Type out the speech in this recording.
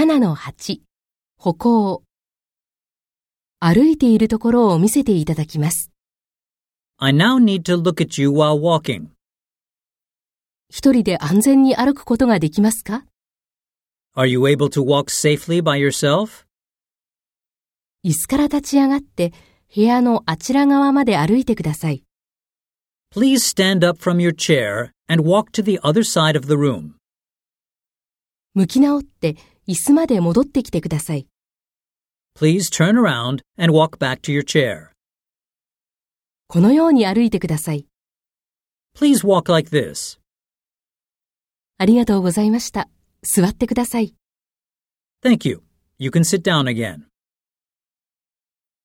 7-8歩行歩いているところを見せていただきます。 I now need to look at you while walking. 一人で安全に歩くことができますか Are you able to walk safely by yourself? 椅子から立ち上がって部屋のあちら側まで歩いてください。 Please stand up from your chair and walk to the other side of the room. 向き直って椅子まで戻ってきてください。 Please turn around and walk back to your chair. このように歩いてください。 Please walk like this. ありがとうございました。座ってください。 Thank you. You can sit down again.